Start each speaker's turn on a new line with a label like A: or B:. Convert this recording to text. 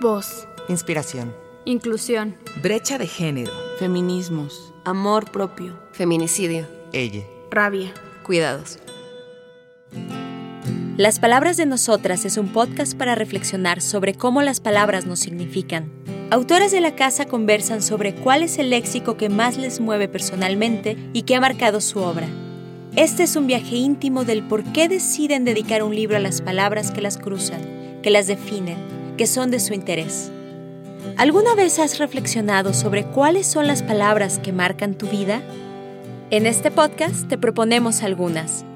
A: Voz.
B: Inspiración.
A: Inclusión.
C: Brecha de género.
D: Feminismos.
E: Amor propio.
F: Feminicidio.
B: Ella.
A: Rabia.
F: Cuidados.
G: Las Palabras de Nosotras es un podcast para reflexionar sobre cómo las palabras nos significan. Autoras de la casa conversan sobre cuál es el léxico que más les mueve personalmente y que ha marcado su obra. Este es un viaje íntimo del por qué deciden dedicar un libro a las palabras que las cruzan, que las definen, que son de su interés. ¿Alguna vez has reflexionado sobre cuáles son las palabras que marcan tu vida? En este podcast te proponemos algunas.